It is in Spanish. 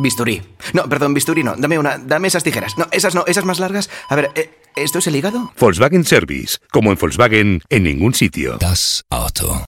Bisturí. No, perdón, bisturí no. Dame una, dame esas tijeras. No, esas no, esas más largas. A ver, eh, ¿esto es el hígado? Volkswagen Service. Como en Volkswagen, en ningún sitio. Das Auto.